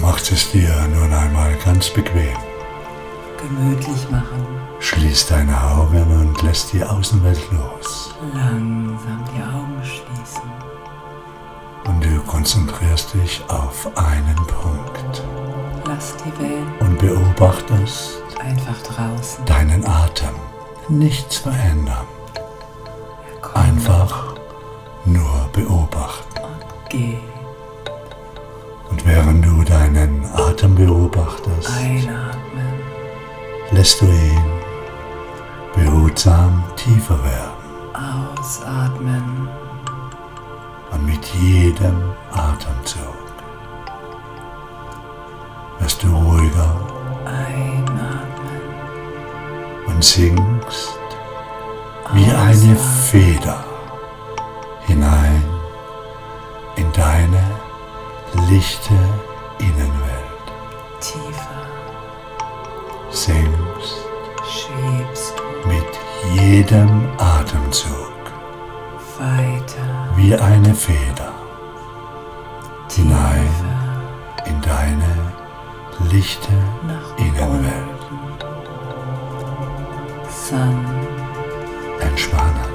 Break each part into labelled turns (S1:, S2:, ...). S1: macht es dir nun einmal ganz bequem.
S2: Gemütlich machen.
S1: Schließ deine Augen und lässt die Außenwelt los.
S2: Langsam die Augen schließen.
S1: Und du konzentrierst dich auf einen Punkt
S2: Lass die Welt
S1: und beobachtest
S2: einfach draußen.
S1: deinen Atem. Nichts verändern.
S2: Komm
S1: Einfach nur beobachten.
S2: und geh.
S1: Und während du deinen Atem beobachtest,
S2: Einatmen,
S1: lässt du ihn behutsam tiefer werden.
S2: ausatmen,
S1: Und mit jedem Atemzug wirst du ruhiger
S2: einatmen,
S1: und sinkst wie eine Feder hinein in deine lichte Innenwelt.
S2: tiefer
S1: Sinkst
S2: schwebst du
S1: mit jedem Atemzug
S2: weiter
S1: wie eine Feder hinein
S2: tiefer
S1: in deine lichte
S2: nach
S1: Innenwelt.
S2: unten. Sanft,
S1: Entspannen,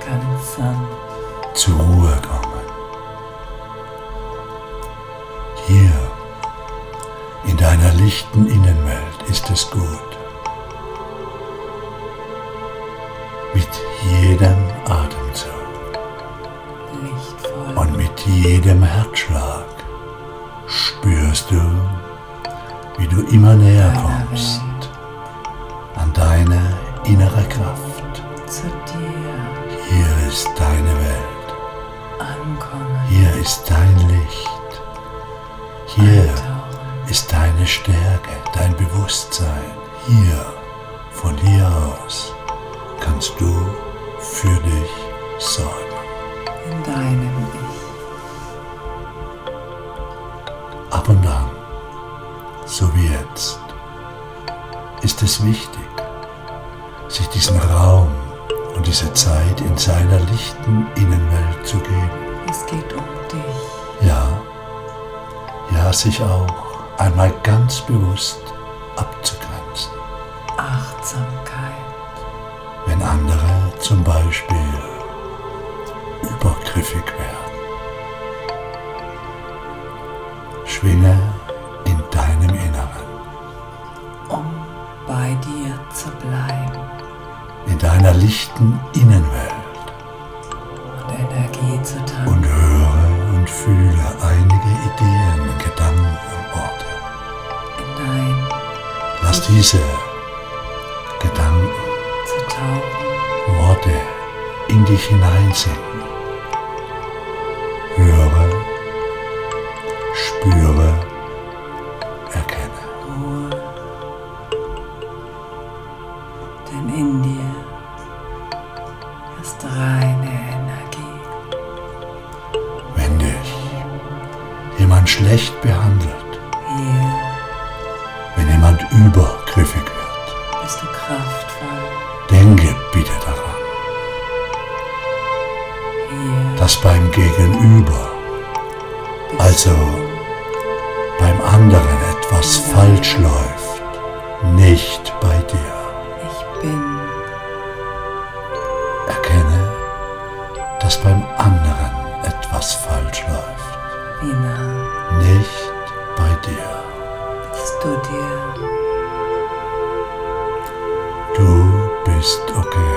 S2: ganz sanft,
S1: zur Ruhe kommen. Hier, in deiner lichten Innenwelt ist es gut. Mit jedem Atemzug
S2: lichtvoll
S1: und mit jedem Herzschlag spürst du, wie du immer näher kommst an deine innere Kraft.
S2: zu dir
S1: Hier ist deine Welt.
S2: ankommen,
S1: Hier ist dein Licht. Hier
S2: eintauchen,
S1: ist deine Stärke, dein Bewusstsein. Hier, von hier aus, kannst du für dich sorgen.
S2: in deinem Ich
S1: Ab und an, so wie jetzt, ist es wichtig, sich diesen Raum und diese Zeit in seiner lichten Innenwelt zu geben.
S2: es geht um dich,
S1: Ja, ja, sich auch einmal ganz bewusst abzugrenzen,
S2: Achtsamkeit,
S1: wenn andere zum Beispiel übergriffig werden. Schwinge in deinem Inneren,
S2: um bei dir zu bleiben
S1: in deiner lichten Innenwelt
S2: und Energie zu tanken.
S1: und höre und fühle einige Ideen, Gedanken, Worte.
S2: Nein,
S1: Lass diese Gedanken,
S2: zu tauchen,
S1: Worte in dich hineinsinken. Höre, spüre, erkenne.
S2: Ruhe. Denn in dir ist reine Energie.
S1: Wenn dich jemand schlecht behandelt,
S2: Hier
S1: wenn jemand übergriffig wird,
S2: bist du kraftvoll.
S1: denke bitte daran,
S2: Hier
S1: dass beim Gegenüber,
S2: bist
S1: also beim anderen etwas falsch läuft, nicht bei dir.
S2: du. Ich bin.
S1: Erkenne, dass beim anderen etwas falsch läuft,
S2: Wie nah
S1: nicht bei dir.
S2: bist du dir?
S1: Du bist okay.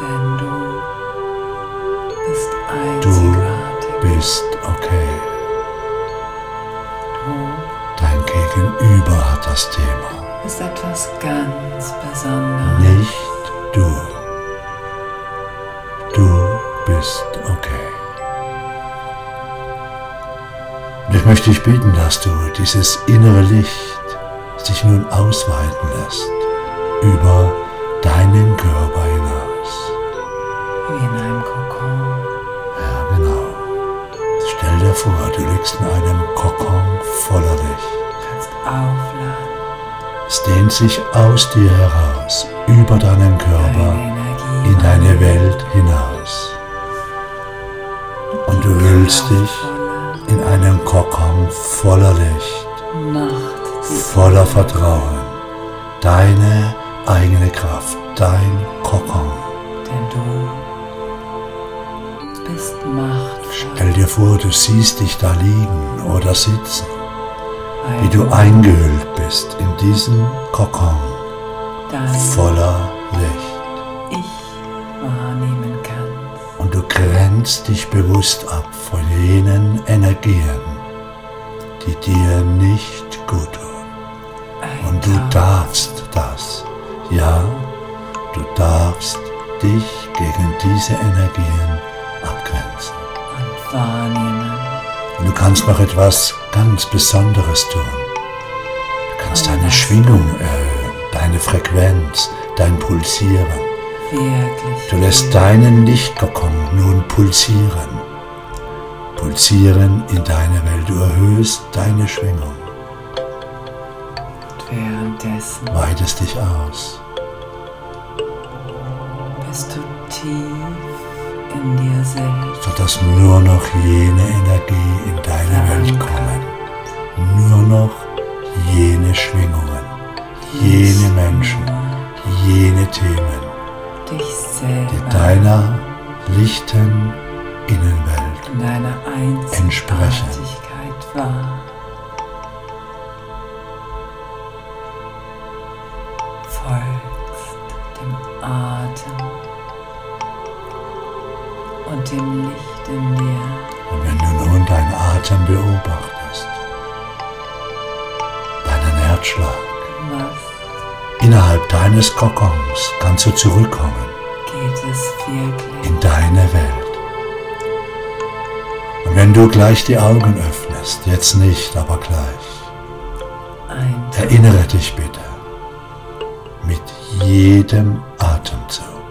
S2: Denn du bist
S1: Du
S2: einzigartig.
S1: bist okay.
S2: Du
S1: Dein Gegenüber hat das Thema,
S2: bist etwas ganz Besonderes.
S1: nicht du. Du bist okay. Und ich möchte dich bitten, dass du dieses innere Licht sich nun ausweiten lässt über deinen Körper hinaus.
S2: Wie in einem Kokon.
S1: Ja, genau. Stell dir vor, du liegst in einem Kokon voller Licht.
S2: Kannst aufladen.
S1: Es dehnt sich aus dir heraus, über deinen Körper,
S2: Deine Energie.
S1: in deine Welt hinaus. Und du hüllst dich
S2: Kraftvoller.
S1: in einem Kokon voller Licht,
S2: Nacht, die
S1: voller Vertrauen. Deine eigene Kraft, dein Kokon.
S2: denn du bist machtvoll,
S1: Stell dir vor, du siehst dich da liegen oder sitzen,
S2: weil
S1: wie du eingehüllt bist in diesen Kokon
S2: dein
S1: voller Licht.
S2: Ich wahrnehmen kannst.
S1: Und du grenzt dich bewusst ab von jenen Energien, die dir nicht gut tun. Und du
S2: Eintauchen.
S1: darfst das. Ja, du darfst dich gegen diese Energien abgrenzen.
S2: und wahrnehmen.
S1: Und du kannst noch etwas ganz Besonderes tun. Du kannst deine Schwingung erhöhen, deine Frequenz, dein Pulsieren.
S2: Wirklich.
S1: Du lässt deinen Lichtkokon nun pulsieren. Pulsieren in deine Welt. Du erhöhst deine Schwingung,
S2: Und währenddessen
S1: weitest dich aus.
S2: bist du tief in dir selbst
S1: sodass nur noch jene Energie in deine Welt kommen. Nur noch jene Schwingungen, jene Menschen, jene Themen,
S2: dich
S1: die
S2: selber
S1: deiner lichten Innenwelt.
S2: in deiner
S1: entsprechen.
S2: Einzigartigkeit wahr. Folgst dem Atem und dem Licht in dir.
S1: Und wenn du nun deinen Atem beobachtest, deinen Herzschlag,
S2: Was
S1: innerhalb deines Kokons kannst du zurückkommen.
S2: geht es wirklich?
S1: in deine Welt. Und wenn du gleich die Augen öffnest, jetzt nicht, aber gleich,
S2: Ein
S1: erinnere dich bitte mit jedem Atemzug,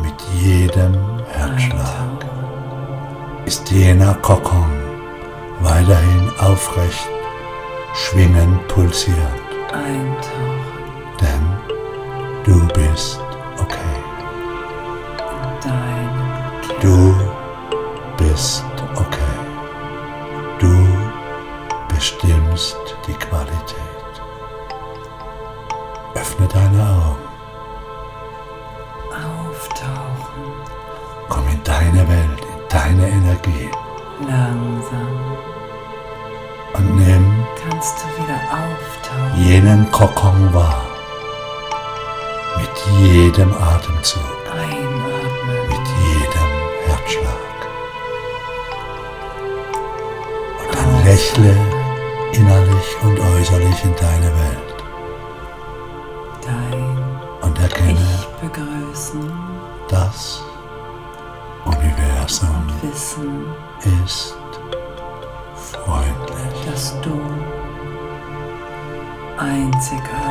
S1: mit jedem Herzschlag ist jener Kokon weiterhin aufrecht, schwingend, pulsierend,
S2: Eintauchen
S1: denn du bist okay.
S2: in deinem Kern.
S1: Du bist okay. Du bestimmst die Qualität. Öffne deine Augen,
S2: Auftauchen
S1: komm in deine Welt, in deine Energie
S2: langsam.
S1: und nimm
S2: Kannst du wieder auftauchen?
S1: jenen Kokon wahr. Mit jedem Atemzug,
S2: Einatmen.
S1: mit jedem Herzschlag. Und dann lächle innerlich und äußerlich in deine Welt.
S2: Dein
S1: und erkenne
S2: Ich begrüßen
S1: das Universum
S2: und wissen,
S1: ist freundlich.
S2: dass du einzigartig